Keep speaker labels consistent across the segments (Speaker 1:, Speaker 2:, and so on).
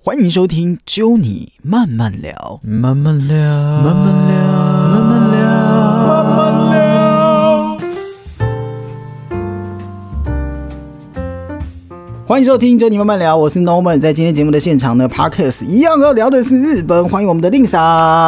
Speaker 1: 欢迎收听《揪你慢慢聊
Speaker 2: 慢慢聊，慢慢聊，慢慢聊，慢慢聊。》，
Speaker 1: 欢迎收听《揪你慢慢聊》，我是 Norman。在今天节目的现场呢，Parkes 一样要聊的是日本，欢迎我们的令赏。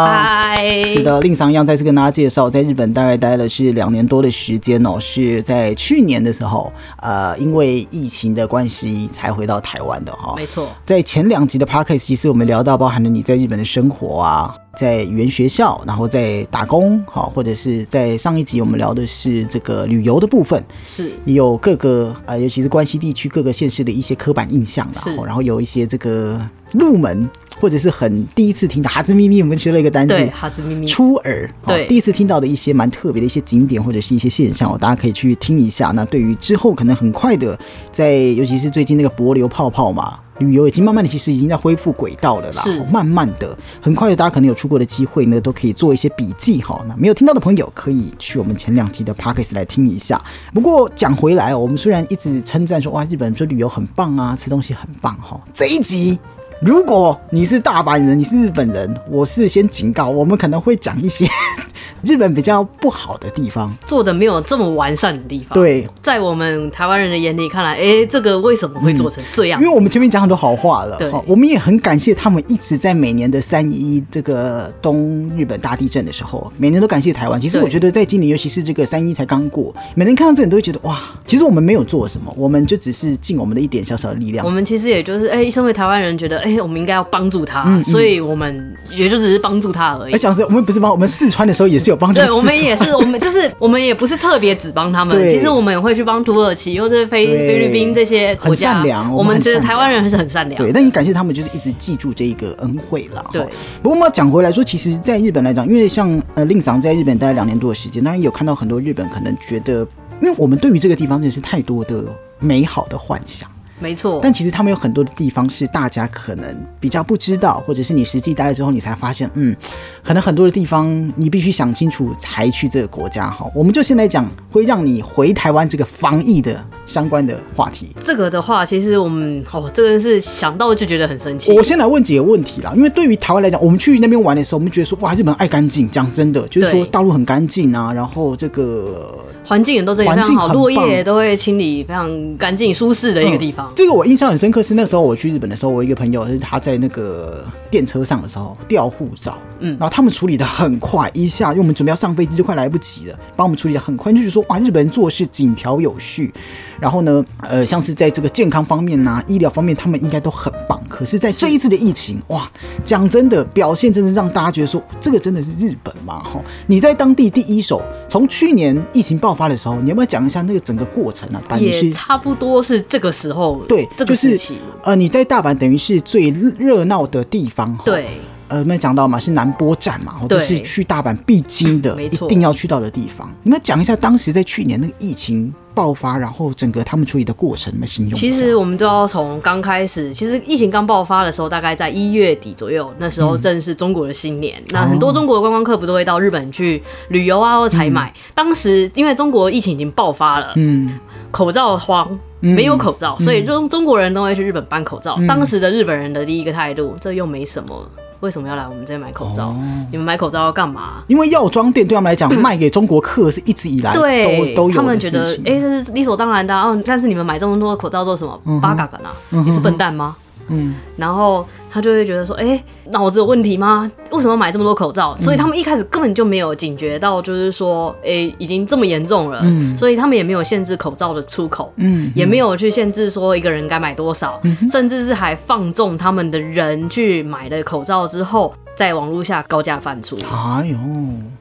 Speaker 3: 嗨，
Speaker 1: 是，的，令赏一样再次跟大家介绍，在日本大概待了是两年多的时间哦，是在去年的时候，呃，因为疫情的关系才回到台湾的哦哈、
Speaker 3: 没错，
Speaker 1: 在前两集的 podcast，其实我们聊到包含了你在日本的生活啊，在语言学校，然后在打工，好，或者是在上一集我们聊的是这个旅游的部分，
Speaker 3: 是
Speaker 1: 也有各个呃，尤其是关西地区各个县市的一些刻板印象啦，
Speaker 3: 是
Speaker 1: 然后有一些这个入门或者是很第一次听的哈兹咪咪，我们学了一个单
Speaker 3: 对
Speaker 1: 字。
Speaker 3: 哈兹咪咪，
Speaker 1: 嗯出耳，哦
Speaker 3: 对
Speaker 1: 第一次听到的一些蛮特别的一些景点或者是一些现象哦，大家可以去听一下。那对于之后可能很快的，在尤其是最近那个柏流泡泡嘛，旅游已经慢慢的其实已经在恢复轨道了啦，
Speaker 3: 是
Speaker 1: 哦慢慢的，很快的大家可能有出国的机会呢，都可以做一些笔记哈、那没有听到的朋友可以去我们前两集的 p o c k e t 来听一下。不过讲回来哦，我们虽然一直称赞说哇日本说旅游很棒啊，吃东西很棒哈、这一集。如果你是大阪人，你是日本人，我是先警告，我们可能会讲一些 日本比较不好的地方。
Speaker 3: 做的没有这么完善的地方。，
Speaker 1: 对，
Speaker 3: 在我们台湾人的眼里看来，哎、这个为什么会做成这样？
Speaker 1: 因为我们前面讲很多好话了，
Speaker 3: 对
Speaker 1: 哦我们也很感谢他们一直在每年的三一这个东日本大地震的时候，每年都感谢台湾。其实
Speaker 3: 对
Speaker 1: 我觉得在今年，尤其是这个三一才刚过，每年看到这里都会觉得哇，其实我们没有做什么，我们就只是尽我们的一点小小的力量
Speaker 3: 我。们其实也就是，哎、身为台湾人，觉得，哎、我们应该要帮助他，所以我们也就只是帮助他而已
Speaker 1: 嗯而。且是我们不是帮我们四川的时候也是有帮助四
Speaker 3: 对，
Speaker 1: 川，
Speaker 3: 我们 也是，我们就是我们也不是特别只帮他们，
Speaker 1: 对
Speaker 3: 其实我们也会去帮土耳其或者是菲
Speaker 1: 对
Speaker 3: 菲律宾这些国家。
Speaker 1: 很善良我
Speaker 3: 我
Speaker 1: 们很
Speaker 3: 们觉得
Speaker 1: 善良
Speaker 3: 台湾人还是很善良的。
Speaker 1: 对，但你感谢他们，就是一直记住这一个恩惠啦。
Speaker 3: 对
Speaker 1: 齁不过我们要讲回来说，其实，在日本来讲，因为像呃令赏在日本待了两年多的时间，当然有看到很多日本可能觉得，因为我们对于这个地方真的是太多的美好的幻想。
Speaker 3: 没错，
Speaker 1: 但其实他们有很多的地方是大家可能比较不知道，或者是你实际待了之后，你才发现，嗯，可能很多的地方你必须想清楚才去这个国家哈。我们就先来讲会让你回台湾这个防疫的相关的话题。
Speaker 3: 这个的话，其实我们哦，这个是想到就觉得很生气。
Speaker 1: 我先来问几个问题啦，因为对于台湾来讲，我们去那边玩的时候，我们觉得说哇，日本爱干净。讲真的，就是说
Speaker 3: 对
Speaker 1: 道路很干净啊，然后这个
Speaker 3: 环境也都整理非
Speaker 1: 环境
Speaker 3: 常好，
Speaker 1: 很
Speaker 3: 落
Speaker 1: 棒
Speaker 3: 叶都会清理非常干净舒适的一个地方。
Speaker 1: 嗯这个我印象很深刻，是那时候我去日本的时候，我一个朋友就是他在那个电车上的时候掉护照，嗯，然后他们处理的很快，一下因为我们准备要上飞机就快来不及了，帮我们处理的很快，就是说哇，日本人做事井条有序，然后呢，呃，像是在这个健康方面呐、医疗方面，他们应该都很棒。可是，在这一次的疫情，哇，讲真的，表现真的让大家觉得说，这个真的是日本嘛？哈，你在当地第一手，从去年疫情爆发的时候，你要不要讲一下那个整个过程啊？感觉
Speaker 3: 也
Speaker 1: 是
Speaker 3: 差不多是这个时候，
Speaker 1: 对，
Speaker 3: 这
Speaker 1: 就
Speaker 3: 个时
Speaker 1: 是
Speaker 3: 期，
Speaker 1: 呃，你在大阪等于是最热闹的地方哈，
Speaker 3: 对，
Speaker 1: 呃，没有讲到嘛，是南波站嘛，哦这
Speaker 3: 对
Speaker 1: 是去大阪必经的，
Speaker 3: 没
Speaker 1: 一
Speaker 3: 错
Speaker 1: 定要去到的地方。你们讲一下当时在去年那个疫情爆发，然后整个他们处理的过程，你们形容一下。
Speaker 3: 其实我们都要从刚开始，其实疫情刚爆发的时候，大概在一月底左右，那时
Speaker 1: 嗯
Speaker 3: 候正是中国的新年。
Speaker 1: 哦
Speaker 3: 那很多中国的观光客不都会到日本去旅游啊或采买？当时因为中国疫情已经爆发了，
Speaker 1: 嗯，
Speaker 3: 口罩荒。没有口罩，所以中中国人都会去日本搬口罩。
Speaker 1: 嗯
Speaker 3: 当时的日本人的第一个态度，这又没什么，为什么要来我们这边买口罩？
Speaker 1: 哦
Speaker 3: 你们买口罩要干嘛？
Speaker 1: 因为药妆店对他们来 讲，卖给中国客是一直以来
Speaker 3: 对，
Speaker 1: 都都
Speaker 3: 他
Speaker 1: 有
Speaker 3: 们
Speaker 1: 的
Speaker 3: 觉得
Speaker 1: 事，情。
Speaker 3: 哎、这是理所当然的、啊。哦，但是你们买这么多口罩做什么？八嘎嘎呢？你是笨蛋吗？
Speaker 1: 嗯，
Speaker 3: 然后他就会觉得说，哎、脑子有问题吗？为什么买这么多口
Speaker 1: 嗯
Speaker 3: 罩？所以他们一开始根本就没有警觉到，就是说，哎、已经这么严重了，所以他们也没有限制口罩的出口，
Speaker 1: 嗯，
Speaker 3: 也没有去限制说一个人该买多少，甚至是还放纵他们的人去买了口罩之后，在网络下高价贩出。
Speaker 1: 哎呦，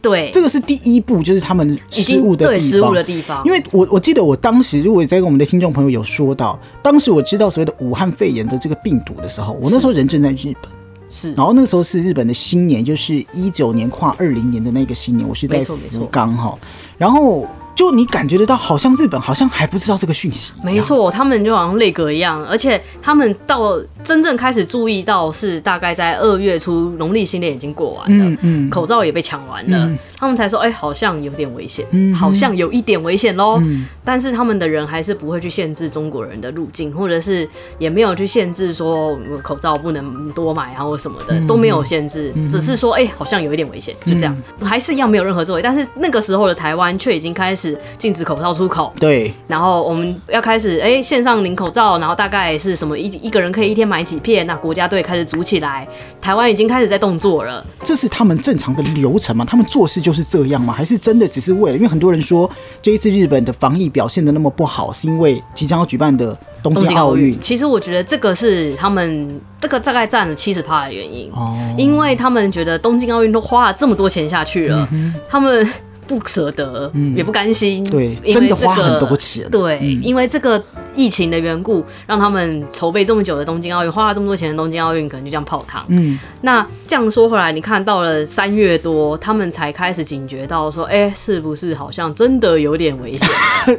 Speaker 3: 对，
Speaker 1: 这个是第一步，就是他们
Speaker 3: 已
Speaker 1: 失误的
Speaker 3: 经对
Speaker 1: 地方。
Speaker 3: 失误的地方，
Speaker 1: 因为我我记得我当时，如果在跟我们的听众朋友有说到，当时我知道所谓的武汉肺炎的这个病毒的时候，我那时候人正在日本，
Speaker 3: 是
Speaker 1: 然后那时候是日本的新年，就是一九年跨二零年的那个新年，我是在
Speaker 3: 没错没错
Speaker 1: 福冈哈，然后就你感觉得到，好像日本好像还不知道这个讯息。
Speaker 3: 没，错，他们就好像内阁一样，而且他们到真正开始注意到是大概在二月初，农历新年已经过完了，
Speaker 1: 嗯嗯
Speaker 3: 口罩也被抢完了，
Speaker 1: 嗯
Speaker 3: 他们才说，哎、好像有点危险，
Speaker 1: 嗯
Speaker 3: 好像有一点危险喽。
Speaker 1: 嗯
Speaker 3: 但是他们的人还是不会去限制中国人的入境，或者是也没有去限制说嗯口罩不能多买啊或什么
Speaker 1: 嗯
Speaker 3: 的，都没有限制，只是说哎、好像有一点危险，就这样，
Speaker 1: 嗯
Speaker 3: 还是一样没有任何作为。但是那个时候的台湾却已经开始禁止口罩出口，
Speaker 1: 对，
Speaker 3: 然后我们要开始哎、线上领口罩，然后大概是什么一一个人可以一天买几片，那国家队开始组起来，台湾已经开始在动作了。
Speaker 1: 这是他们正常的流程吗？他们做事就是这样吗？还是真的只是为了？因为很多人说这一次日本的防疫表现的那么不好，是因为即将要举办的东
Speaker 3: 东
Speaker 1: 京
Speaker 3: 京
Speaker 1: 奥
Speaker 3: 奥
Speaker 1: 运
Speaker 3: 运，。其实我觉得这个是他们这个大概占了七十趴的原因，
Speaker 1: 哦，
Speaker 3: 因为他们觉得东京奥运都花了这么多钱下去了，他们。不舍得，也不甘心，
Speaker 1: 嗯对
Speaker 3: 因为
Speaker 1: 真的花
Speaker 3: 这个
Speaker 1: 很多钱嗯
Speaker 3: 对，因为这个疫情的缘故，让他们筹备这么久的东京奥运，花了这么多钱的东京奥运，可能就这样泡汤。
Speaker 1: 嗯，
Speaker 3: 那这样说回来，你看到了三月多，他们才开始警觉到说，哎、是不是好像真的有点危险？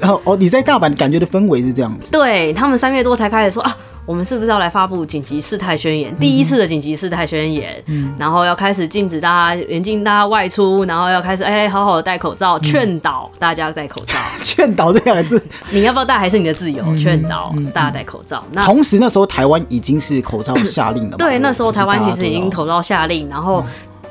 Speaker 1: 哦哦，你在大阪感觉的氛围是这样子。
Speaker 3: 对他们三月多才开始说啊，我们是不是要来发布紧急事态宣言？第一次的紧急事态宣言，
Speaker 1: 嗯
Speaker 3: 然后要开始禁止大家严禁大家外出，然后要开始哎、好好的戴口
Speaker 1: 嗯
Speaker 3: 罩，劝导大家戴口 罩。
Speaker 1: 劝导这两个字，
Speaker 3: 你要不要戴还是你的自由，劝导大家戴口罩。那
Speaker 1: 嗯同时那时候台湾已经是口罩下令了嘛。
Speaker 3: 对，那时候
Speaker 1: 就是
Speaker 3: 台
Speaker 1: 大家
Speaker 3: 湾其实已经
Speaker 1: 都要嗯
Speaker 3: 口罩下令，然后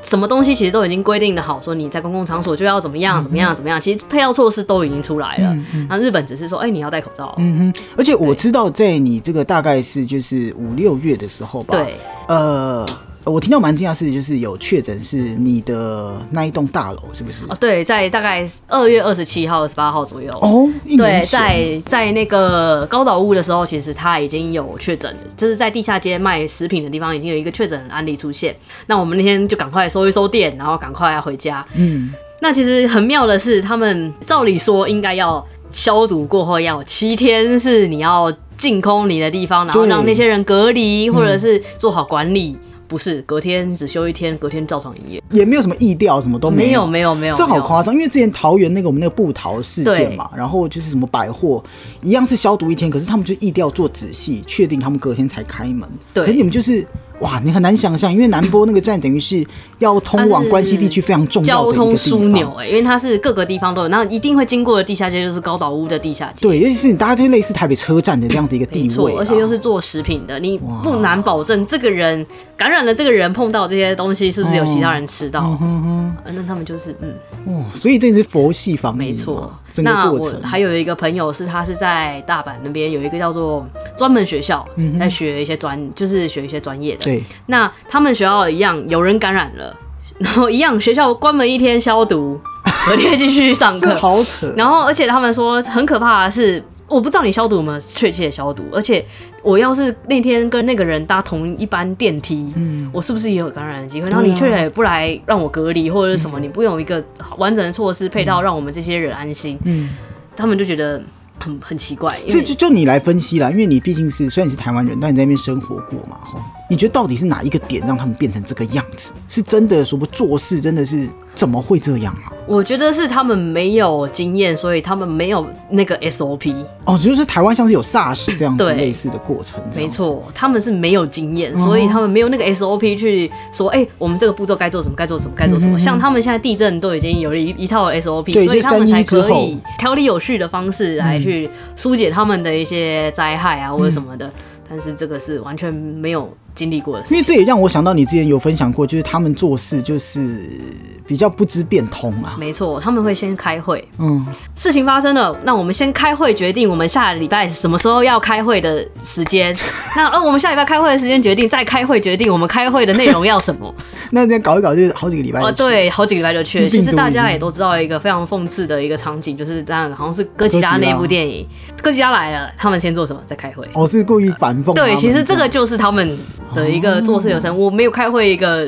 Speaker 3: 什么东西其实都已经规定的好，说你在公共场所就要怎么
Speaker 1: 嗯
Speaker 3: 样怎么样怎么样，其实配套措施都已经出来了。那日本只是说，哎，你要戴口罩哦。
Speaker 1: 嗯哼，而且我知道在你这个大概是就是五六月的时候吧。
Speaker 3: 对，
Speaker 1: 呃，我听到蛮惊讶的是，就是有确诊是你的那一栋大楼，是不是？
Speaker 3: 哦，对，在大概二月二十七号、二十八号左右。
Speaker 1: 哦，一
Speaker 3: 对，
Speaker 1: 年前
Speaker 3: 在在那个高岛屋的时候，其实他已经有确诊了，就是在地下街卖食品的地方已经有一个确诊案例出现。那我们那天就赶快收一收店，然后赶快要回家。
Speaker 1: 嗯，
Speaker 3: 那其实很妙的是，他们照理说应该要消毒过后要七天，是你要净空你的地方，然后
Speaker 1: 对
Speaker 3: 让那些人隔离，或者是做好管理。不是，隔天只休一天，隔天照常营业。
Speaker 1: 也没有什么意调，什么都
Speaker 3: 没
Speaker 1: 有，
Speaker 3: 有，没有，没有，
Speaker 1: 这好
Speaker 3: 没有
Speaker 1: 夸张，因为之前桃园那个我们那个布桃事件嘛，然后就是什么百货一样是消毒一天，可是他们就意调做仔细，确定他们隔天才开门。
Speaker 3: 对
Speaker 1: 可是你们就是哇，你很难想象，因为南波那个站等于是要通往关西地区非常重要的一个
Speaker 3: 交
Speaker 1: 地
Speaker 3: 通
Speaker 1: 方
Speaker 3: 枢纽，哎、因为它是各个地方都有，那一定会经过的地下街就是高岛屋的地下街。
Speaker 1: 对，尤其是你大家就类似台北车站的这样子一个
Speaker 3: 没
Speaker 1: 地
Speaker 3: 错
Speaker 1: 位，，啊
Speaker 3: 而且又是做食品的，你不难保证这个人感染了，这个人碰到这些东西是不是有其他人吃到？
Speaker 1: 嗯
Speaker 3: 呃那他们就是嗯，
Speaker 1: 哦，所以这是佛系防疫嘛，啊
Speaker 3: 没错。
Speaker 1: 整
Speaker 3: 那
Speaker 1: 个
Speaker 3: 我
Speaker 1: 过程
Speaker 3: 还有一个朋友是，他是在大阪那边有一个叫做专门学校，在学一些专，就是学一些专业
Speaker 1: 嗯
Speaker 3: 的。
Speaker 1: 对，
Speaker 3: 那他们学校一样有人感染了，然后一样学校关门一天消毒，隔天继续上
Speaker 1: 这
Speaker 3: 课。
Speaker 1: 好扯。
Speaker 3: 然后，而且他们说很可怕的是，我不知道你消毒有没有确切消毒，而且我要是那天跟那个人搭同一班电梯，
Speaker 1: 嗯
Speaker 3: 我是不是也有感染的机
Speaker 1: 啊
Speaker 3: 会？然后你却也不来让我隔离或者是什么，你不用一个完整的措施配套让我们这些人安心，
Speaker 1: 嗯
Speaker 3: 他们就觉得很很奇怪。因
Speaker 1: 这
Speaker 3: 为
Speaker 1: 就就你来分析啦，因为你毕竟是虽然你是台湾人，但你在那边生活过嘛，吼，你觉得到底是哪一个点让他们变成这个样子？是真的什么做事真的是怎么会这样啊？
Speaker 3: 我觉得是他们没有经验，所以他们没有那个 SOP。
Speaker 1: 哦，就是台湾像是有 SARS 这样子
Speaker 3: 对
Speaker 1: 类似的过程，这
Speaker 3: 没
Speaker 1: 样子，嗯
Speaker 3: 错，他们是没有经验，所以他们没有那个 SOP 去说，哎、我们这个步骤该做什么，该做什么，该做什么。像他们现在地震都已经有了一一套 SOP，
Speaker 1: 嗯对
Speaker 3: 所以他们
Speaker 1: 就三
Speaker 3: 才
Speaker 1: 一之
Speaker 3: 可
Speaker 1: 后
Speaker 3: 以条理有序的方式来去疏解他们的一些灾害啊或者什么的。但是这个是完全没有经历过的
Speaker 1: 嗯
Speaker 3: 事
Speaker 1: 因为
Speaker 3: 情。
Speaker 1: 这也让我想到你之前有分享过，就是他们做事就是比较不知变通啊，
Speaker 3: 没错，他们会先开会，
Speaker 1: 嗯，
Speaker 3: 事情发生了，那我们先开会决定我们下礼拜什么时候要开会的时间。 那呃，我们下礼拜开会的时间决定，再开会决定我们开会的内容要什么。
Speaker 1: 那这样搞一搞就是好几个礼拜
Speaker 3: 哦，
Speaker 1: 的事，
Speaker 3: 对，好几个礼拜就去了。
Speaker 1: 病
Speaker 3: 其实
Speaker 1: 毒
Speaker 3: 大
Speaker 1: 已
Speaker 3: 家
Speaker 1: 经
Speaker 3: 也都知道一个非常讽刺的一个场景，就是那个好像是哥吉拉
Speaker 1: 哥吉拉
Speaker 3: 那部电影，哥吉拉来了，他们先做什么？再开会。
Speaker 1: 哦，是故意反讽他们。哦
Speaker 3: 对，其实这个就是他们的一个做事流程。我没有开会一个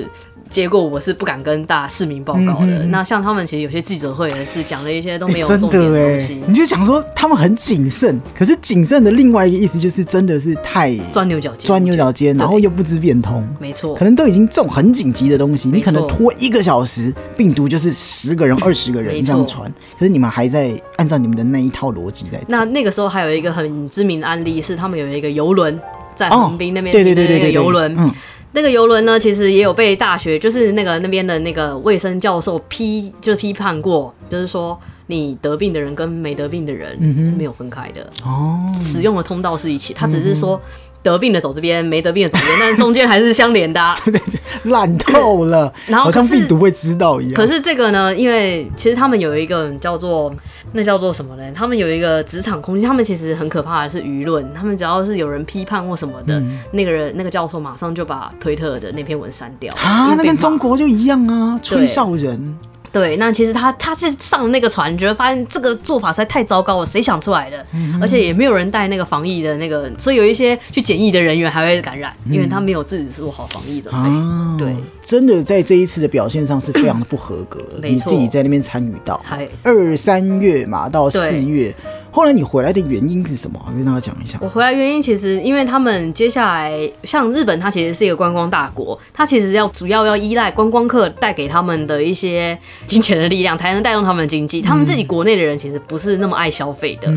Speaker 3: 结果我是不敢跟大市民报告
Speaker 1: 嗯
Speaker 3: 的。
Speaker 1: 嗯嗯
Speaker 3: 那像他们其实有些记者会也是讲了一些都没有
Speaker 1: 欸
Speaker 3: 重
Speaker 1: 真
Speaker 3: 点
Speaker 1: 的
Speaker 3: 的东
Speaker 1: 哎
Speaker 3: 西，，
Speaker 1: 你就讲说他们很谨慎，可是谨慎的另外一个意思就是真的是太
Speaker 3: 钻牛角尖，
Speaker 1: 钻牛角尖，然后又不知变通。
Speaker 3: 没错，
Speaker 1: 可能都已经这种很紧急的东西，你可能
Speaker 3: 没错
Speaker 1: 拖一个小时，病毒就是十个人、二十个
Speaker 3: 没
Speaker 1: 人
Speaker 3: 错
Speaker 1: 这样传，可是你们还在按照你们的那一套逻辑在
Speaker 3: 那
Speaker 1: 走。
Speaker 3: 那个时候还有一个很知名的案例是，他们有一个游轮在
Speaker 1: 哦
Speaker 3: 横滨那边，
Speaker 1: 对对对
Speaker 3: 那
Speaker 1: 对
Speaker 3: 个
Speaker 1: 对，
Speaker 3: 游轮，
Speaker 1: 嗯，
Speaker 3: 那个游轮呢，其实也有被大学就是那个那边的那个卫生教授批，就是批判过，就是说你得病的人跟没得病的人是没有分开的，
Speaker 1: 嗯哦， 嗯
Speaker 3: 使用的通道是一起，他只是说。得病的走这边，没得病的走这边， 但是中间还是相连 的啊、
Speaker 1: 烂透了，
Speaker 3: 然后
Speaker 1: 好像
Speaker 3: 可是
Speaker 1: 病毒会知道一样。
Speaker 3: 可是这个呢，因为其实他们有一个叫做那叫做什么呢？他们有一个职场空间，他们其实很可怕的是舆论，他们只要是有人批判或什么的，
Speaker 1: 嗯
Speaker 3: 那个人那个教授马上就把推特的那篇文删掉
Speaker 1: 啊，那
Speaker 3: 因为被
Speaker 1: 跟
Speaker 3: 骂
Speaker 1: 中国就一样啊，
Speaker 3: 对
Speaker 1: 吹哨人。
Speaker 3: 对，那其实他他是上了那个船，觉得发现这个做法实在太糟糕了，谁想出来的？而且也没有人带那个防疫的那个，所以有一些去检疫的人员还会感染，因为他没有自己做好防疫准备。
Speaker 1: 啊，
Speaker 3: 哎对，，
Speaker 1: 真的在这一次的表现上是非常的不合格
Speaker 3: 没
Speaker 1: 你
Speaker 3: 错
Speaker 1: 自己在那边参与到
Speaker 3: 还
Speaker 1: 二三月嘛，到
Speaker 3: 对
Speaker 1: 四月，后来你回来的原因是什么？我跟大家讲一下
Speaker 3: 我。回来原因其实，因为他们接下来像日本，它其实是一个观光大国，它其实要主要要依赖观光客带给他们的一些金钱的力量，才能带动他们的经济。他们自己国内的人其实不是那么爱消费的，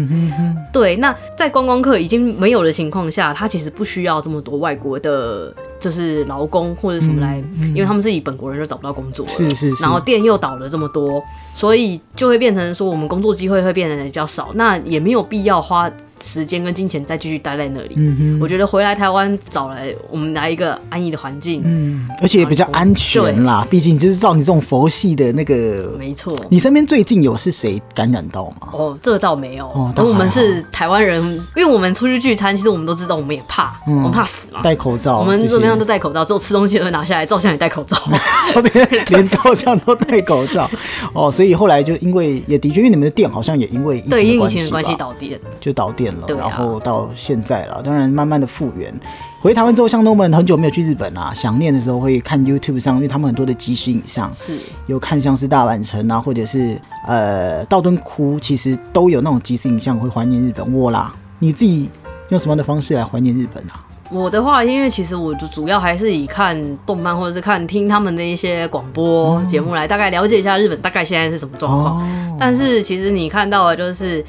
Speaker 3: 对。那在观光客已经没有的情况下，他其实不需要这么多外国的。就是劳工或者什么来，因为他们自己本国人就找不到工作了，
Speaker 1: 嗯是是是
Speaker 3: 然后店又倒了这么多，所以就会变成说我们工作机会会变得比较少，那也没有必要花时间跟金钱再继续待在那里。
Speaker 1: 嗯
Speaker 3: 我觉得回来台湾找来我们来一个安逸的环境，
Speaker 1: 而且也比较安全啦，毕竟就是照你这种佛系的那个，
Speaker 3: 没错。
Speaker 1: 你身边最近有是谁感染到吗？
Speaker 3: 哦，这倒没有。
Speaker 1: 哦
Speaker 3: 等
Speaker 1: 倒
Speaker 3: 我们
Speaker 1: 还好
Speaker 3: 是台湾人，因为我们出去聚餐，其实我们都知道，我们也怕，
Speaker 1: 嗯
Speaker 3: 我们怕死嘛。
Speaker 1: 戴口罩，
Speaker 3: 啊我们
Speaker 1: 这些
Speaker 3: 怎么样都戴口罩，只有吃东西都会拿下来，照相也戴 口罩。
Speaker 1: 对连照相都戴口罩哦，所以后来就因为也的确，因为你们的店好像也因为疫情
Speaker 3: 对，因为疫情
Speaker 1: 的
Speaker 3: 的关系
Speaker 1: 吧
Speaker 3: 倒地了。
Speaker 1: 就导电了，
Speaker 3: 对啊
Speaker 1: 然后到现在了，当然慢慢的复原。回台湾之后，像 Norman 很久没有去日本啦、想念的时候会看 YouTube 上，因为他们很多的即时影像，
Speaker 3: 是，
Speaker 1: 有看像是大阪城啊，或者是呃道顿窟，其实都有那种即时影像会怀念日本。我啦，你自己用什么样的方式来怀念日本啊？
Speaker 3: 我的话，因为其实我就主要还是以看动漫或者是看听他们的一些广播节目来大概了解一下日本大概现在是什么状况。
Speaker 1: 嗯哦，
Speaker 3: 但是其实你看到的就是。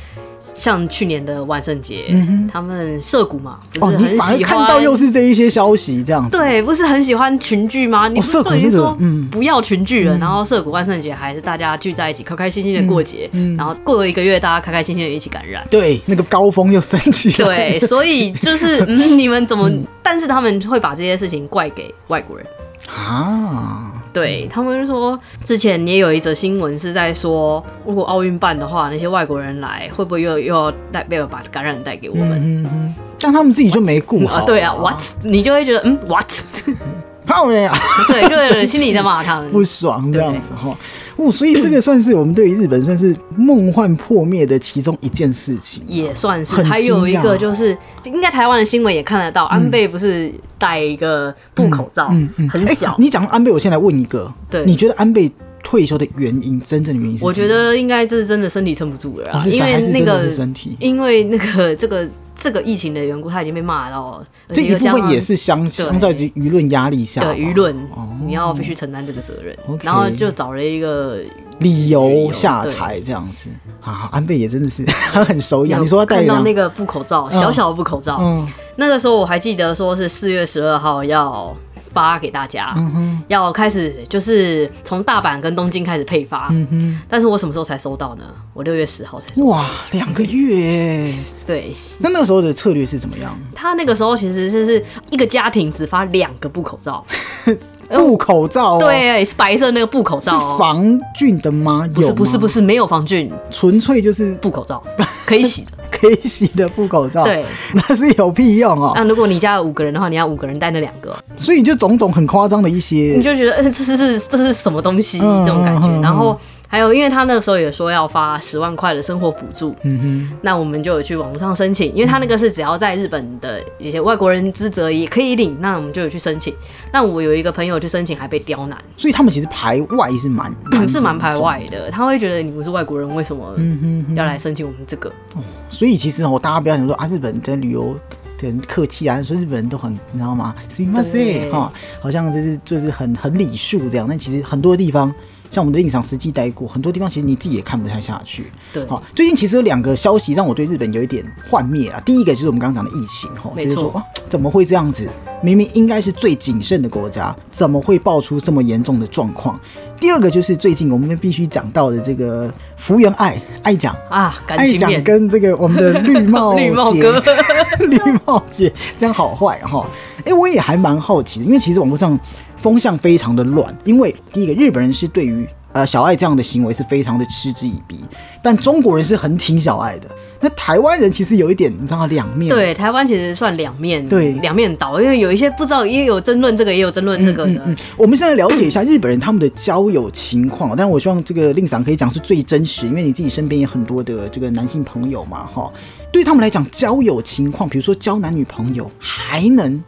Speaker 3: 像去年的万圣节，他们涉谷嘛，不
Speaker 1: 嗯哦，
Speaker 3: 是
Speaker 1: 你
Speaker 3: 很
Speaker 1: 反而
Speaker 3: 喜
Speaker 1: 看
Speaker 3: 欢？
Speaker 1: 到又是这一些消息这样子。
Speaker 3: 对，不是很喜欢群聚吗？你不是
Speaker 1: 涩谷
Speaker 3: 都已经
Speaker 1: 哦那个
Speaker 3: 说
Speaker 1: 嗯
Speaker 3: 不要群聚了，然后涉谷万圣节还是大家聚在一起，开开心心的过节，
Speaker 1: 嗯
Speaker 3: 然后过了一个月，大家开开心心的一起 感染。
Speaker 1: 对，那个高峰又升起来。
Speaker 3: 对，所以 就是、嗯、你们怎么？但是他们会把这些事情怪给外国人。
Speaker 1: 啊，
Speaker 3: 对他们就说，之前也有一则新闻是在说，如果奥运办的话，那些外国人来，会不会又又要带被把感染带给我们？
Speaker 1: 嗯嗯，但他们自己就没顾好、
Speaker 3: 啊，对啊，what？你就会觉得，嗯，what？
Speaker 1: 泡了呀。
Speaker 3: 对，就有人心里在骂他们
Speaker 1: 啊不。爽这样子哈。哦，所以这个算是我们对于日本算是梦幻破灭的其中一件事情。
Speaker 3: 也算是，
Speaker 1: 啊很
Speaker 3: 还有一
Speaker 1: 惊讶
Speaker 3: 个就是，应该台湾的新闻也看得到，安倍不是戴一个布口罩，很
Speaker 1: 哎
Speaker 3: 小。
Speaker 1: 你讲到安倍，我先来问一个，
Speaker 3: 对
Speaker 1: 你觉得安倍退休的原因，真正的原因是什么？
Speaker 3: 我觉得应该这是真的身体撑不住了
Speaker 1: 哦
Speaker 3: 啊，
Speaker 1: 是
Speaker 3: 因
Speaker 1: 啥
Speaker 3: 为
Speaker 1: 还是
Speaker 3: 那
Speaker 1: 真的
Speaker 3: 个
Speaker 1: 是身体
Speaker 3: 因为那个这个这个疫情的缘故，他已经被骂到，而
Speaker 1: 这
Speaker 3: 且
Speaker 1: 一
Speaker 3: 又
Speaker 1: 部
Speaker 3: 加
Speaker 1: 分
Speaker 3: 上
Speaker 1: 也是相相在于舆论压力下吧
Speaker 3: 的舆论，你要必须承担这个责任。
Speaker 1: OK
Speaker 3: 然后就找了一个
Speaker 1: 理
Speaker 3: 理
Speaker 1: 由
Speaker 3: 由
Speaker 1: 下台这样子啊。安倍也真的是他 很手痒，你说他戴
Speaker 3: 看到
Speaker 1: 了
Speaker 3: 那个布口罩，小小的布口罩，
Speaker 1: 嗯
Speaker 3: 那个时候我还记得说是四月十二号要发给大家，
Speaker 1: 嗯
Speaker 3: 要开始就是从大阪跟东京开始配发。
Speaker 1: 嗯
Speaker 3: 但是我什么时候才收到呢？我六月十号才收。
Speaker 1: 哇两个月，
Speaker 3: 对
Speaker 1: 那那个时候的策略是怎么样？
Speaker 3: 他那个时候其实就是一个家庭只发两个布口罩，
Speaker 1: 布口罩哦
Speaker 3: 呃对，是白色那个布口
Speaker 1: 是
Speaker 3: 罩哦、
Speaker 1: 防菌的吗？
Speaker 3: 不
Speaker 1: 有
Speaker 3: 是
Speaker 1: 吗
Speaker 3: 不是不是没有防菌
Speaker 1: 纯粹就是
Speaker 3: 布口罩，可以洗的。
Speaker 1: 可以洗的布口罩，
Speaker 3: 对，呃
Speaker 1: 那是有屁用哦。
Speaker 3: 那如果你家有五个人的话，你要五个人带那两个，
Speaker 1: 所以就种种很夸张的一
Speaker 3: 你
Speaker 1: 些，
Speaker 3: 就觉得，呃，这是这是什么东西
Speaker 1: 嗯
Speaker 3: 这种感觉
Speaker 1: 嗯嗯。嗯
Speaker 3: 然后还有，因为他那个时候也说要发十万块的生活补助，嗯哼，那我们就有去网络上申请，因为他那个是只要在日本的一些外国人资格也可以领，那我们就有去申请。但我有一个朋友去申请还被刁难，
Speaker 1: 所以他们其实排外是蛮蛮
Speaker 3: 是蛮
Speaker 1: 嗯
Speaker 3: 排
Speaker 1: 严重嗯
Speaker 3: 外的，他会觉得你不是外国人，为什么要来申请我们这个？
Speaker 1: 所以其实哦，大家不要想说啊，日本在旅游的人客气啊，说日本人都很，你知道吗？すみませ
Speaker 3: 对
Speaker 1: ん哈，好像就是就是很很礼数这样。但其实很多地方，像我们的印象实际待过，很多地方其实你自己也看不太下去。
Speaker 3: 对
Speaker 1: 好，最近其实有两个消息让我对日本有一点幻灭啊。第一个就是我们刚刚讲的疫情哈，
Speaker 3: 没
Speaker 1: 就是
Speaker 3: 错
Speaker 1: 说啊，怎么会这样子？明明应该是最谨慎的国家，怎么会爆出这么严重的状况？第二个就是最近我们必须讲到的这个福原爱爱讲
Speaker 3: 啊，感
Speaker 1: 爱
Speaker 3: 情
Speaker 1: 哎讲
Speaker 3: 面。
Speaker 1: 跟这个我们的绿 帽
Speaker 3: 绿帽
Speaker 1: 姐
Speaker 3: 哥
Speaker 1: 绿帽姐这样好坏哈？哎、我也还蛮好奇的，因为其实网络上风向非常的乱，因为第一个日本人是对于呃小爱这样的行为是非常的嗤之以鼻，但中国人是很挺小爱的。那台湾人其实有一点你知道吗两面，
Speaker 3: 对，台湾其实算两面，
Speaker 1: 对
Speaker 3: 两面倒，因为有一些不知道，也有争论这个，也有争论这
Speaker 1: 嗯
Speaker 3: 个的。
Speaker 1: 我们现在了解一下日本人他们的交友情况，但我希望这个令赏可以讲是最真实，因为你自己身边也很多的这个男性朋友嘛，哈，对他们来讲交友情况，比如说交男女朋友，
Speaker 3: 嗯
Speaker 1: 还能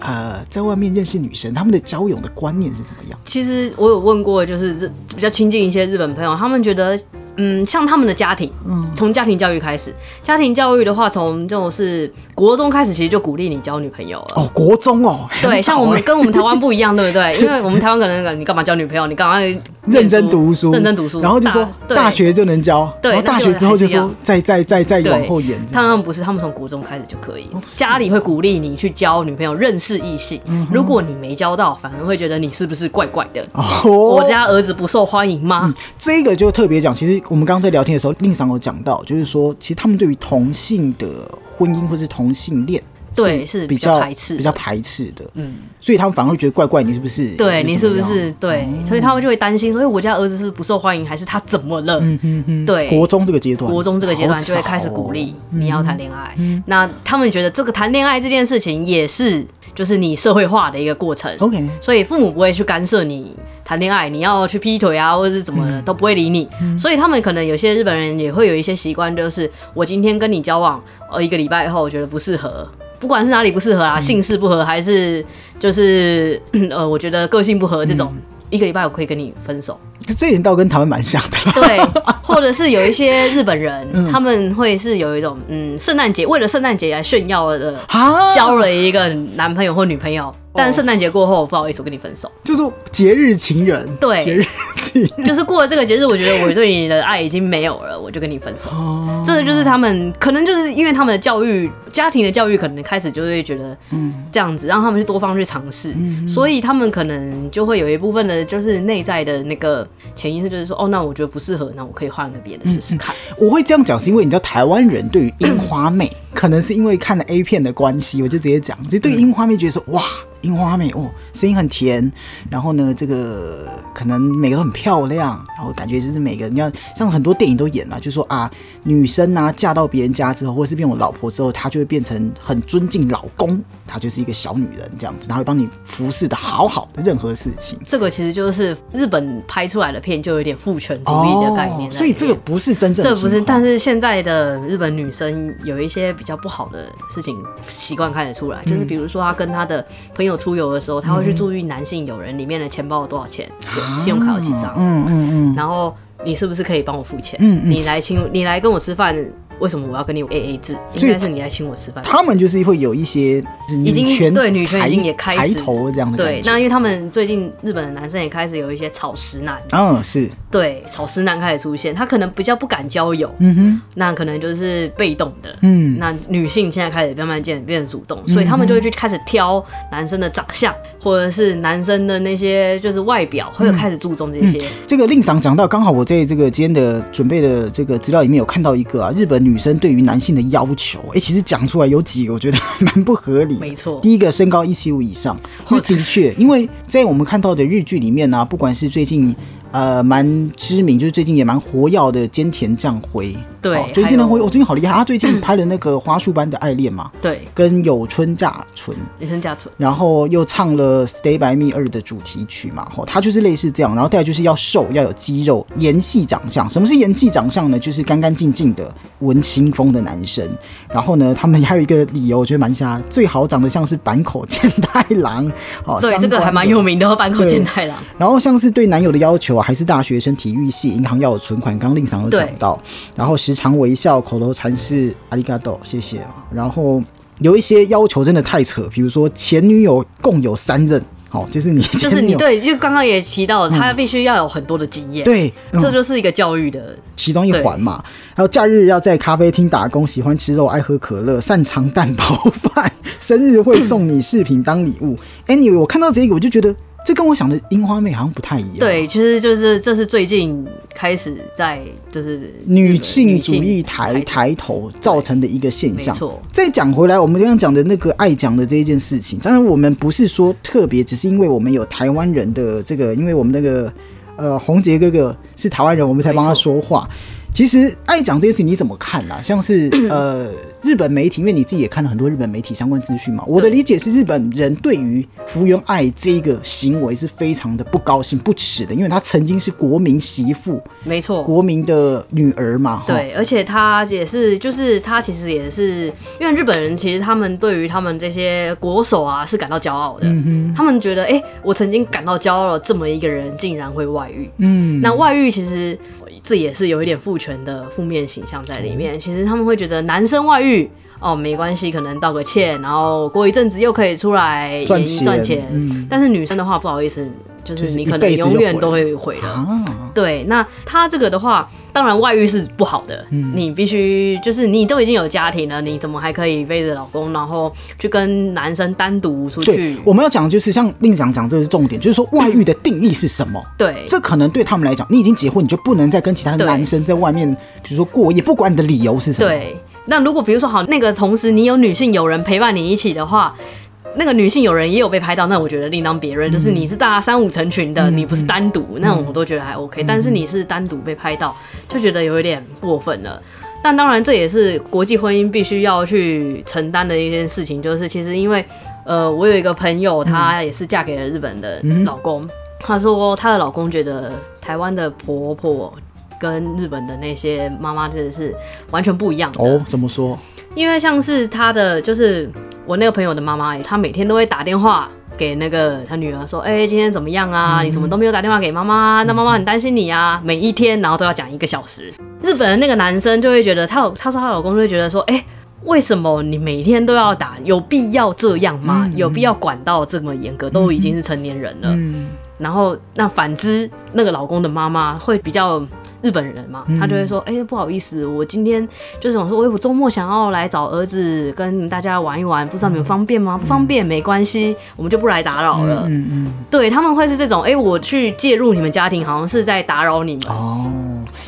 Speaker 1: 呃在外面认识女生，他们的交友的观念是怎么样？
Speaker 3: 其实我有问过，就是日比较亲近一些日本朋友，他们觉得，嗯，像他们的家庭，
Speaker 1: 嗯
Speaker 3: 从家庭教育开始，家庭教育的话，从就是国中开始，其实就鼓励你交女朋友了。
Speaker 1: 哦，国中哦，
Speaker 3: 对，
Speaker 1: 很早
Speaker 3: 像我们
Speaker 1: 欸
Speaker 3: 跟我们台湾不一样，对不对？因为我们台湾可能你干嘛交女朋友，你干嘛
Speaker 1: 认
Speaker 3: 认
Speaker 1: 真读书，
Speaker 3: 认真读书，
Speaker 1: 然后就说
Speaker 3: 对
Speaker 1: 大学就能交，
Speaker 3: 对
Speaker 1: 然后大
Speaker 3: 那
Speaker 1: 学
Speaker 3: 就
Speaker 1: 之后就
Speaker 3: 还是一
Speaker 1: 说
Speaker 3: 样
Speaker 1: 再再再再
Speaker 3: 对
Speaker 1: 往后延这样，哦
Speaker 3: 他们不是，他们从国中开始就可以，家里会鼓励你去交女朋友，认识异性。
Speaker 1: 嗯
Speaker 3: 如果你没交到，反而会觉得你是不是怪怪的？
Speaker 1: 哦，嗯
Speaker 3: 我家儿子不受欢迎吗？
Speaker 1: 这个就特别讲，其实我们刚刚在聊天的时候，令赏有讲到，就是说，其实他们对于同性的婚姻或是同性恋，
Speaker 3: 对是
Speaker 1: 比
Speaker 3: 比较
Speaker 1: 较
Speaker 3: 排斥的
Speaker 1: 比较排斥的，嗯，所以他们反而会觉得怪怪，你是不是？
Speaker 3: 对你是
Speaker 1: 怎
Speaker 3: 不
Speaker 1: 么样哦
Speaker 3: 是？对？所以他们就会担心，哎所以我家儿子是不是不受欢迎，还是他怎么了？
Speaker 1: 嗯
Speaker 3: 对，
Speaker 1: 国中这个阶段，
Speaker 3: 国中这个阶段就会开始
Speaker 1: 好早哦嗯
Speaker 3: 鼓励你要谈恋爱。那他们觉得这个谈恋爱这件事情也是就是你社会化的一个过程。
Speaker 1: OK
Speaker 3: 所以父母不会去干涉你谈恋爱，你要去劈腿啊，或者是怎么的、都不会理你。所以他们可能有些日本人也会有一些习惯，就是我今天跟你交往，呃，一个礼拜后我觉得不适合。不管是哪里不适合啊，性事不合，还是就是呃，我觉得个性不合这种，一个礼拜我可以跟你分手。
Speaker 1: 这一点倒跟台湾蛮像的啦。
Speaker 3: 对，或者是有一些日本人，他们会是有一种嗯，圣诞节为了圣诞节来炫耀的，
Speaker 1: 啊，
Speaker 3: 交了一个男朋友或女朋友，但圣诞节过后，不好意思，我跟你分手。
Speaker 1: 就是节日情人，
Speaker 3: 对
Speaker 1: 节日情 人，
Speaker 3: 就是过了这个节日，我觉得我对你的爱已经没有了，我就跟你分手。
Speaker 1: 哦
Speaker 3: 这个就是他们可能就是因为他们的教育、家庭的教育，可能开始就会觉得，嗯，这样子让他们去多方去尝试，
Speaker 1: 嗯
Speaker 3: 所以他们可能就会有一部分的，就是内在的那个潜意识，就是说，哦，那我觉得不适合，那我可以换个别的试试看。
Speaker 1: 我会这样讲，是因为你知道台湾人对于樱花妹，可能是因为看了 A 片的关系，我就直接讲，就对樱花妹觉得说，哇，樱花妹哦，声音很甜，然后呢，这个可能每个都很漂亮，然后感觉就是每个人要像很多电影都演了，就说啊，女生啊嫁到别人家之后，或是变我老婆之后，她就会变成很尊敬老公，她就是一个小女人这样子，她会帮你服侍的好好的任何事情。
Speaker 3: 这啊个其实就是日本拍出来的片，就有点父权主义的概念在里面、
Speaker 1: 嗯
Speaker 3: 啊
Speaker 1: 哦所以这个不是真正的
Speaker 3: 这
Speaker 1: 情
Speaker 3: 不是，
Speaker 1: 况
Speaker 3: 但是现在的日本女生有一些比较不好的事情习惯看得出来，
Speaker 1: 嗯
Speaker 3: 就是比如说她跟她的朋友出游的时候，她会去注意男性友人里面的钱包有多少钱，
Speaker 1: 啊
Speaker 3: 有信用卡有几张，嗯嗯嗯，然后你是不是可以帮我付钱？嗯嗯，你来请你来跟我吃饭，为什么我要跟你 A A 制？
Speaker 1: 所
Speaker 3: 应
Speaker 1: 以
Speaker 3: 该是你来请我吃饭。
Speaker 1: 他们就是会有一些就是
Speaker 3: 已经
Speaker 1: 权
Speaker 3: 对女权已经也
Speaker 1: 抬
Speaker 3: 开始
Speaker 1: 抬头这样的
Speaker 3: 对
Speaker 1: 感，觉。
Speaker 3: 那因为他们最近日本的男生也开始有一些草食男，
Speaker 1: 嗯，是
Speaker 3: 对，草食男开始出现，他可能比较不敢交友，
Speaker 1: 嗯哼，
Speaker 3: 那可能就是被动的，
Speaker 1: 嗯
Speaker 3: 那女性现在开始慢慢变变得主动，所以他们就会去开始挑男生的长相，或者是男生的那些就是外表，会
Speaker 1: 嗯
Speaker 3: 有开始注重这些。
Speaker 1: 这个令赏讲到，刚好我在这个今天的准备的这个资料里面有看到一个啊，日本女生对于男性的要求，哎、其实讲出来有几个我觉得蛮不合理的。
Speaker 3: 没错哦
Speaker 1: 第一个身高一七五以上，因为的确，因为在我们看到的日剧里面啊呢、不管是最近呃蛮知名，就是最近也蛮活跃的菅田将晖，
Speaker 3: 对
Speaker 1: 哦最近呢，
Speaker 3: 还有
Speaker 1: 我我最近好厉害，他最 近拍了那个《花束般的爱恋》嘛，
Speaker 3: 对，
Speaker 1: 跟有春嫁纯，
Speaker 3: 人生假存，
Speaker 1: 然后又唱了《Stay by Me 二》的主题曲嘛，吼，他就是类似这样，然后再来就是要瘦，要有肌肉，盐系长相。什么是盐系长相呢？就是干干净净的文青风的男生。然后呢，他们还有一个理由，我觉得蛮瞎，最好长得像是坂口健太郎，哦，
Speaker 3: 对，这个还蛮
Speaker 1: 有。
Speaker 3: 有名的，坂口健太郎，
Speaker 1: 然后像是对男友的要求啊，还是大学生体育系，银行要有存款，刚刚令赏有讲到。然后时常微笑，口头禅是阿里嘎多，谢谢。然后有一些要求真的太扯，比如说前女友共有三任，好、就是你前女友嗯
Speaker 3: 就是你对，就刚刚也提到了，他必须要有很多的经验，，
Speaker 1: 对，嗯
Speaker 3: 这就是一个教育的，
Speaker 1: 其中一环嘛。还有假日要在咖啡厅打工，喜欢吃肉，爱喝可乐，擅长蛋包饭，生日会送你饰品当礼物。Anyway，我看到这个我就觉得。这跟我想的樱花妹好像不太一样。
Speaker 3: 对，其实就是这是最近开始在就是
Speaker 1: 女性主义抬
Speaker 3: 台
Speaker 1: 抬头造成的一个现象
Speaker 3: 没错。
Speaker 1: 再讲回来，我们刚刚讲的那个爱讲的这一件事情，当然我们不是说特别，只是因为我们有台湾人的这个，因为我们那个呃洪杰哥哥是台湾人，我们才帮他
Speaker 3: 没错
Speaker 1: 说话。其实爱讲这件事情你怎么看啊？像 是呃日本媒体，因为你自己也看了很多日本媒体相关资讯嘛。我的
Speaker 3: 对
Speaker 1: 理解是，日本人对于福原爱这一个行为是非常的不高兴、不耻的，因为她曾经是国民媳妇，
Speaker 3: 没错，
Speaker 1: 国民的女儿嘛，哈，
Speaker 3: 对，而且他也是，就是他其实也是，因为日本人其实他们对于他们这些国手啊是感到骄傲的，
Speaker 1: 嗯
Speaker 3: 他们觉得，哎、我曾经感到骄傲了，这么一个人竟然会外遇，嗯，那外遇其实这也是有一点父权的负面形象在里
Speaker 1: 哦
Speaker 3: 面，其实他们会觉得男生外遇。哦，没关系，可能道个歉，然后过一阵子又可以出来
Speaker 1: 赚
Speaker 3: 演艺赚
Speaker 1: 钱嗯
Speaker 3: 钱。但是女生的话，不好意思，就
Speaker 1: 就是是
Speaker 3: 你
Speaker 1: 一
Speaker 3: 可能
Speaker 1: 辈子就
Speaker 3: 永远
Speaker 1: 毁
Speaker 3: 都会毁了。
Speaker 1: 啊，
Speaker 3: 对，那他这个的话，当然外遇是不好的，你必须就是你都已经有家庭了，你怎么还可以背着老公，然后去跟男生单独出
Speaker 1: 对
Speaker 3: 去，？
Speaker 1: 我们要讲的就是像令长讲，这是重点，就是说外遇的定义是什么？
Speaker 3: 对，
Speaker 1: 这可能对他们来讲，你已经结婚，你就不能再跟其他的
Speaker 3: 对
Speaker 1: 男生在外面，比如说过夜，不管你的理由是什么。，
Speaker 3: 对。那如果比如说好，那个同时你有女性友人陪伴你一起的话。那个女性友人也有被拍到，那我觉得另当别论。
Speaker 1: 嗯
Speaker 3: 就是你是大家三五成群的，你不是单独，那种我都觉得还
Speaker 1: 嗯
Speaker 3: OK、但是你是单独被拍到，就觉得有一点过分了。但当然，这也是国际婚姻必须要去承担的一件事情，就是其实因为，呃，我有一个朋友，她也是嫁给了日本的老公，她说她的老公觉得台湾的婆婆跟日本的那些妈妈真的是完全不一样的，
Speaker 1: 哦，怎么说？
Speaker 3: 因为像是她的就是我那个朋友的妈妈，她每天都会打电话。给那个她女儿说，哎、今天怎么样啊？你怎么都没有打电话给妈妈？那妈妈很担心你啊。每一天，然后都要讲一个小时。日本的那个男生就会觉得，她老，她说她老公就会觉得说，哎、为什么你每天都要打？有必要这样吗？
Speaker 1: 嗯
Speaker 3: 有必要管到这么严格？都已经是成年人了。
Speaker 1: 嗯
Speaker 3: 然后那反之，那个老公的妈妈会比较日本人嘛，
Speaker 1: 嗯
Speaker 3: 她就会说：“哎、不好意思，我今天就是想说，我我周末想要来找儿子跟大家玩一玩，不知道你们方便吗？不方便没关系，我们就不来打扰了。
Speaker 1: 嗯嗯，
Speaker 3: 对他们会是这种：“哎、我去介入你们家庭，好像是在打扰你们。
Speaker 1: 哦，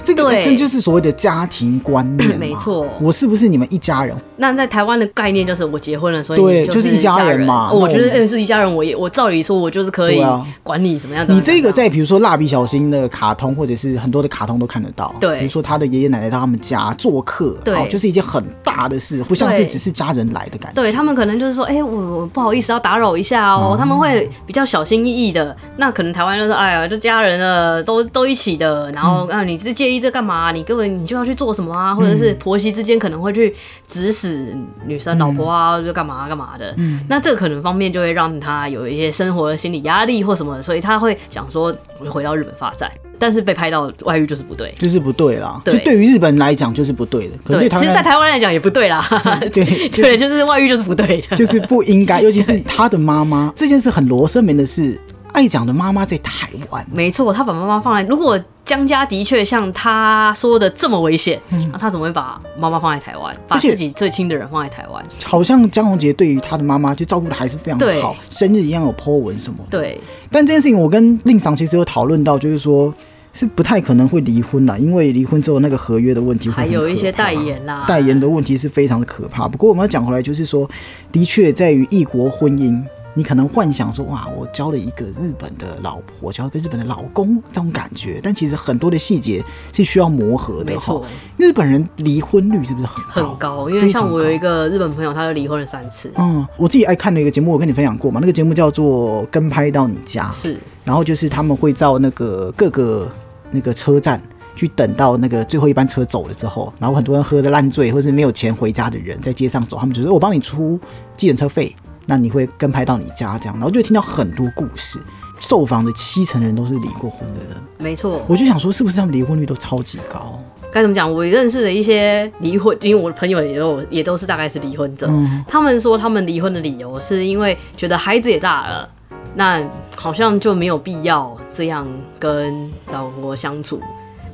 Speaker 1: 这个
Speaker 3: 对
Speaker 1: 这就是所谓的家庭观念嘛
Speaker 3: 没错
Speaker 1: 我是不是你们一家人？
Speaker 3: 那在台湾的概念就是我结婚了，所以
Speaker 1: 对
Speaker 3: 你
Speaker 1: 就是一
Speaker 3: 一
Speaker 1: 家
Speaker 3: 家
Speaker 1: 人嘛
Speaker 3: 哦我
Speaker 1: 那
Speaker 3: 觉得
Speaker 1: 我们
Speaker 3: 哎是一家人，我也我照理说，我就是可以
Speaker 1: 对啊
Speaker 3: 管你怎么样。怎么
Speaker 1: 你
Speaker 3: 样
Speaker 1: 这个
Speaker 3: 怎么
Speaker 1: 在比如说蜡笔小新的卡通，或者是很多的卡通都看得到。
Speaker 3: 对
Speaker 1: 比如说他的爷爷奶奶到他们家做客，
Speaker 3: 对
Speaker 1: 哦就是一件很大的事，不像是
Speaker 3: 对
Speaker 1: 只是家人来的感觉。
Speaker 3: 样对他们可能就是说，哎、我我不好意思要打扰一下哦，他们会比较小心翼翼的。那可能台湾就是哎呀，就家人了，都都一起的，然后
Speaker 1: 嗯
Speaker 3: 啊，你这介意这干嘛？你根本你就要去做什么啊？或者是
Speaker 1: 嗯
Speaker 3: 婆媳之间可能会去指使女生、老婆啊，
Speaker 1: 嗯
Speaker 3: 就干嘛干嘛的。那这个可能方面就会让他有一些生活的心理压力或什么的，所以他会想说，我回到日本发展。但是被拍到外遇就是不对，
Speaker 1: 就是不对啦。
Speaker 3: 对
Speaker 1: 就对于日本来讲就是不对的，可能
Speaker 3: 对，
Speaker 1: 台
Speaker 3: 其
Speaker 1: 湾
Speaker 3: 实，在
Speaker 1: 来
Speaker 3: 台湾来讲也不对啦，
Speaker 1: 对就是
Speaker 3: 对，就是外遇就是不对 的，
Speaker 1: 就是不应该，尤其是他的妈妈这件事很罗生门的是，爱讲的妈妈在台湾。
Speaker 3: 没错，他把妈妈放在，如果江家的确像他说的这么危险，那他怎么会把妈妈放在台湾，
Speaker 1: 嗯
Speaker 3: 把
Speaker 1: 而且
Speaker 3: 自己最亲的人放在台湾？
Speaker 1: 好像江宏杰对于他的妈妈就照顾的还是非常
Speaker 3: 对
Speaker 1: 好，生日一样有 po 文什么的。
Speaker 3: 对，
Speaker 1: 但这件事情我跟令赏其实有讨论到，就是说是不太可能会离婚啦，因为离婚之后那个合约的问题会
Speaker 3: 还
Speaker 1: 很
Speaker 3: 有一
Speaker 1: 可
Speaker 3: 些
Speaker 1: 怕
Speaker 3: 代言啊啦，
Speaker 1: 代言的问题是非常的可怕。不过我们要讲回来，就是说，的确在于异国婚姻，你可能幻想说哇，我交了一个日本的老婆，交了一个日本的老公这种感觉，但其实很多的细节是需要磨合的
Speaker 3: 没
Speaker 1: 哈
Speaker 3: 错。
Speaker 1: 日本人离婚率是不是很高？
Speaker 3: 很高，因为像我有一
Speaker 1: 个。
Speaker 3: 个日本朋友，他就离婚了三次，
Speaker 1: 嗯，我自己爱看的一个节目，我跟你分享过嘛，那个节目叫做《跟拍到你家》，
Speaker 3: 是
Speaker 1: 然后就是他们会到那个各个那个车站去等到那个最后一班车走了之后，然后很多人喝得烂醉或是没有钱回家的人在街上走，他们就说我帮你出计程车费，那你会跟拍到你家这样，然后就听到很多故事。受访的七成的人都是离过婚的人，
Speaker 3: 没错。
Speaker 1: 我就想说，是不是他们离婚率都超级高？
Speaker 3: 该怎么讲？我认识的一些离婚，因为我的朋友也都也都是大概是离婚者，他们说他们离婚的理由是因为觉得孩子也大了，那好像就没有必要这样跟老婆相处。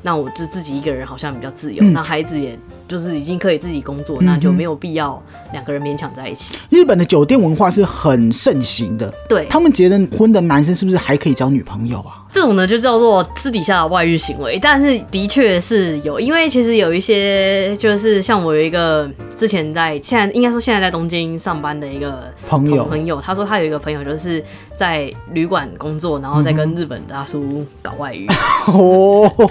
Speaker 3: 那我就自己一个人好像比较自由，那孩子也就是已经可以自己工作，那就没有必要两个人勉强在一起。
Speaker 1: 日本的酒店文化是很盛行的，
Speaker 3: 对
Speaker 1: 他们结了婚的男生是不是还可以交女朋友啊？
Speaker 3: 这种呢就叫做私底下的外遇行为，但是的确是有，因为其实有一些就是像我有一个之前在现在应该说现在在东京上班的一个
Speaker 1: 朋友
Speaker 3: 朋友，他说他有一个朋友就是在旅馆工作，然后在跟日本大叔搞 外遇，
Speaker 1: 哦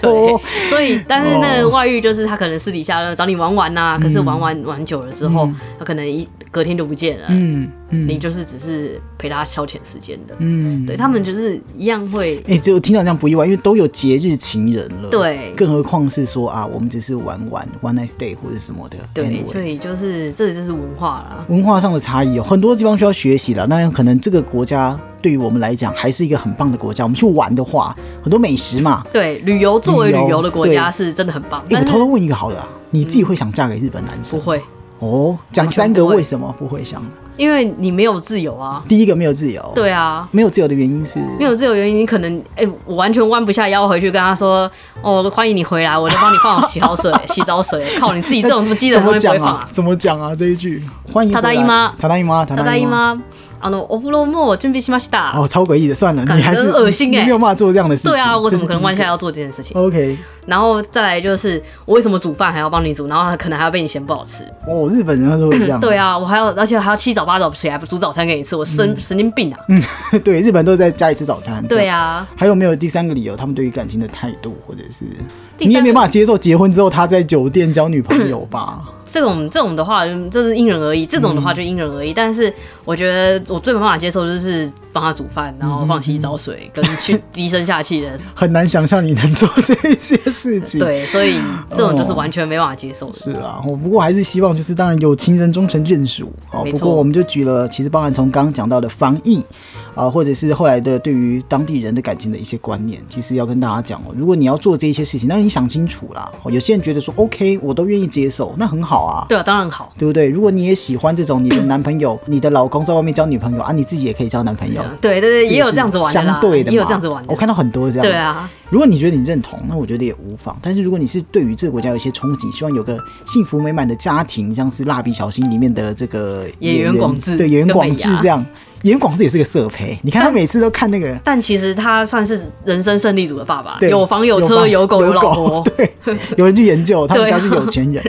Speaker 3: 对，，所以但是那个外遇就是他可能私底下找你玩玩呐、
Speaker 1: 哦
Speaker 3: 可是玩玩玩久了之后，他可能一隔天就不见了，
Speaker 1: 嗯嗯
Speaker 3: 你就是只是陪他消遣时间的，
Speaker 1: 嗯，
Speaker 3: 对他们就是一样会。
Speaker 1: 哎、只有听到这样不意外，因为都有节日情人了，
Speaker 3: 对
Speaker 1: 更何况是说啊，我们只是玩玩 one night stay 或者什么的，
Speaker 3: 对，
Speaker 1: anyway
Speaker 3: 所以就是这就是文化啦。
Speaker 1: 文化上的差异哦，很多地方需要学习的。当然，可能这个国家对于我们来讲还是一个很棒的国家。我们去玩的话，很多美食嘛。
Speaker 3: 对，旅游作为
Speaker 1: 旅游
Speaker 3: 旅游的国家
Speaker 1: 对
Speaker 3: 是真的很棒，
Speaker 1: 哎、我
Speaker 3: 但是
Speaker 1: 偷偷问一个好了啊、你自己会想嫁给日本男
Speaker 3: 不
Speaker 1: 生？
Speaker 3: 会，
Speaker 1: 哦，讲
Speaker 3: 完全
Speaker 1: 三个
Speaker 3: 不会
Speaker 1: 为什么不会想？
Speaker 3: 因为你没有自由啊。
Speaker 1: 第一个没有自由，，
Speaker 3: 对啊，
Speaker 1: 没有自由的原因是
Speaker 3: 没有自由原因，你可能哎、我完全弯不下腰回去跟他说，哦，欢迎你回来，我就帮你放好洗好水、 洗澡水。靠，你自己这种这么基
Speaker 1: 怎
Speaker 3: 本的东
Speaker 1: 么
Speaker 3: 西不
Speaker 1: 讲
Speaker 3: 会放
Speaker 1: 啊
Speaker 3: 啊？？
Speaker 1: 怎么讲啊？这一句欢迎
Speaker 3: ただいま
Speaker 1: 塔达姨妈，塔
Speaker 3: 大
Speaker 1: 达
Speaker 3: 大
Speaker 1: 姨
Speaker 3: 姨
Speaker 1: 妈。
Speaker 3: 妈，あの啊お風呂も準備しました。
Speaker 1: 哦，超诡异的，算了，
Speaker 3: 感
Speaker 1: 你还是
Speaker 3: 觉恶心欸
Speaker 1: 你没有办法做这样的事情。
Speaker 3: 对啊，我怎么可能弯下
Speaker 1: 腰
Speaker 3: 腰做这件事情？
Speaker 1: ？OK，
Speaker 3: 然后再来就是，我为什么煮饭还要帮你煮，然后可能还要被你嫌不好吃？
Speaker 1: 哦，日本人他说会这样，
Speaker 3: 对啊，我还要，而且还要七早八早起来煮早餐给你吃，我
Speaker 1: 嗯
Speaker 3: 神、神经病啊！
Speaker 1: 对，日本都在家里吃早餐。
Speaker 3: 对
Speaker 1: 呀、
Speaker 3: 啊，
Speaker 1: 还有没有第三个理由？他们对于感情的态度，或者是
Speaker 3: 第三个
Speaker 1: 你也没办法接受结婚之后他在酒店交女朋友 吧？
Speaker 3: 这种这种的话嗯就是因人而异，这种的话就因人而异。但是我觉得我最没办法接受就是帮他煮饭，然后放洗澡水，跟去 低声 下气的。
Speaker 1: 很难想象你能做这些事情。。
Speaker 3: 对，所以
Speaker 1: 哦
Speaker 3: 这种就是完全没办法接受的。
Speaker 1: 是啦，我不过还是希望，就是当然有情人终成眷属哦。
Speaker 3: 没
Speaker 1: 不
Speaker 3: 错
Speaker 1: 过我们就举了，其实包含从刚刚讲到的防疫啊、或者是后来的对于当地人的感情的一些观念，其实要跟大家讲哦，如果你要做这一些事情，那你想清楚啦。哦，有些人觉得说 OK，我都愿意接受，那很好啊。
Speaker 3: 对啊，当然好。
Speaker 1: 对不对？如果你也喜欢这种你的男朋友、你的老公在外面交女朋友啊，你自己也可以交男朋友，
Speaker 3: 对对对，啊
Speaker 1: 个
Speaker 3: 也有这样子玩的
Speaker 1: 是
Speaker 3: 啦
Speaker 1: 相，对的嘛，
Speaker 3: 也有这样子玩
Speaker 1: 我
Speaker 3: 的。
Speaker 1: 看到很多这样。
Speaker 3: 对啊，
Speaker 1: 如果你觉得你认同，那我觉得也无妨。但是如果你是对于这个国家有一些憧憬，希望有个幸福美满的家庭，像是《蜡笔小新》里面的这个
Speaker 3: 演员广志
Speaker 1: 对演员
Speaker 3: 跟
Speaker 1: 广
Speaker 3: 美
Speaker 1: 志
Speaker 3: 伢
Speaker 1: 这样，演员广志也是个色胚。你看他每次都看那个，
Speaker 3: 但其实他算是人生胜利组的爸爸，
Speaker 1: 对
Speaker 3: 有房有车
Speaker 1: 房
Speaker 3: 有狗有老婆。
Speaker 1: 对，有人去研究，他们
Speaker 3: 对
Speaker 1: 家
Speaker 3: 啊
Speaker 1: 是有钱 人。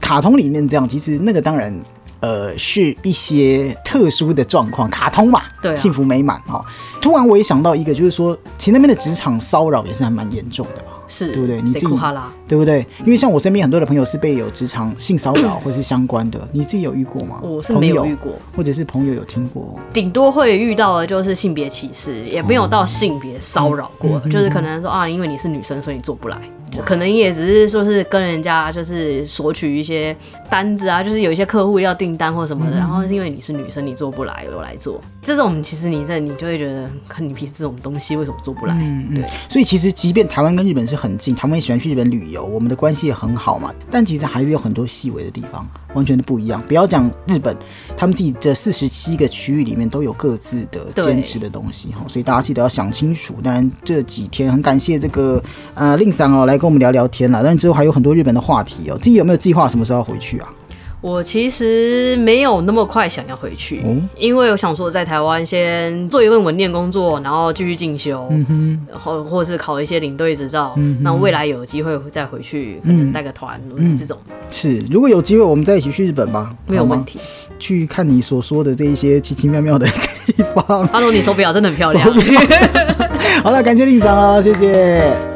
Speaker 1: 卡通里面这样，其实那个当然。呃，是一些特殊的状况，卡通嘛，
Speaker 3: 对啊
Speaker 1: 幸福美满哈、哦。突然我也想到一个，就是说，其实那边的职场骚扰也是还蛮严重的吧。
Speaker 3: 是，
Speaker 1: 对不对？你自
Speaker 3: 谁
Speaker 1: 己
Speaker 3: 哭哈啦？
Speaker 1: 对不对？因为像我身边很多的朋友是被有职 场性骚扰或是相关的，你自己有遇过吗？
Speaker 3: 我是没有
Speaker 1: 朋友
Speaker 3: 遇过，
Speaker 1: 或者是朋友有听过？
Speaker 3: 顶多会遇到的就是性别歧视，也没有到性别骚扰过，就是可能说啊，因为你是女生，所以你做不来，可能也只是说是跟人家就是索取一些单子啊，就是有一些客户要订单或什么的，然后是因为你是女生，你做不来，我来做。这种其实你在你就会觉得，看你平时这种东西为什么做不来？对，
Speaker 1: 所以其实即便台湾跟日本是很近，台湾也喜欢去日本旅游，我们的关系也很好嘛，但其实还是有很多细微的地方完全的不一样。不要讲日本，他们自己这四十七个区域里面都有各自的
Speaker 3: 对
Speaker 1: 坚持的东西哈，所以大家记得要想清楚。当然这几天很感谢这个呃令桑哦来跟我们聊聊天啦，但是之后还有很多日本的话题哦，自己有没有计划什么时候要回去啊？
Speaker 3: 我其实没有那么快想要回去，
Speaker 1: 哦
Speaker 3: 因为我想说在台湾先做一份稳定的工作，然后继续进修，
Speaker 1: 嗯
Speaker 3: 然后或是考一些领队执照，那未来有机会再回去，可
Speaker 1: 嗯
Speaker 3: 能带个团，或是这种
Speaker 1: 是，如果有机会，我们再一起去日本吧，
Speaker 3: 没有
Speaker 1: 嗯好吗
Speaker 3: 问。题。
Speaker 1: 去看你所说的这一些奇奇妙妙的地方。
Speaker 3: 阿诺，你手表真的很漂亮
Speaker 1: 手。表好了，感谢令赏啊，谢谢。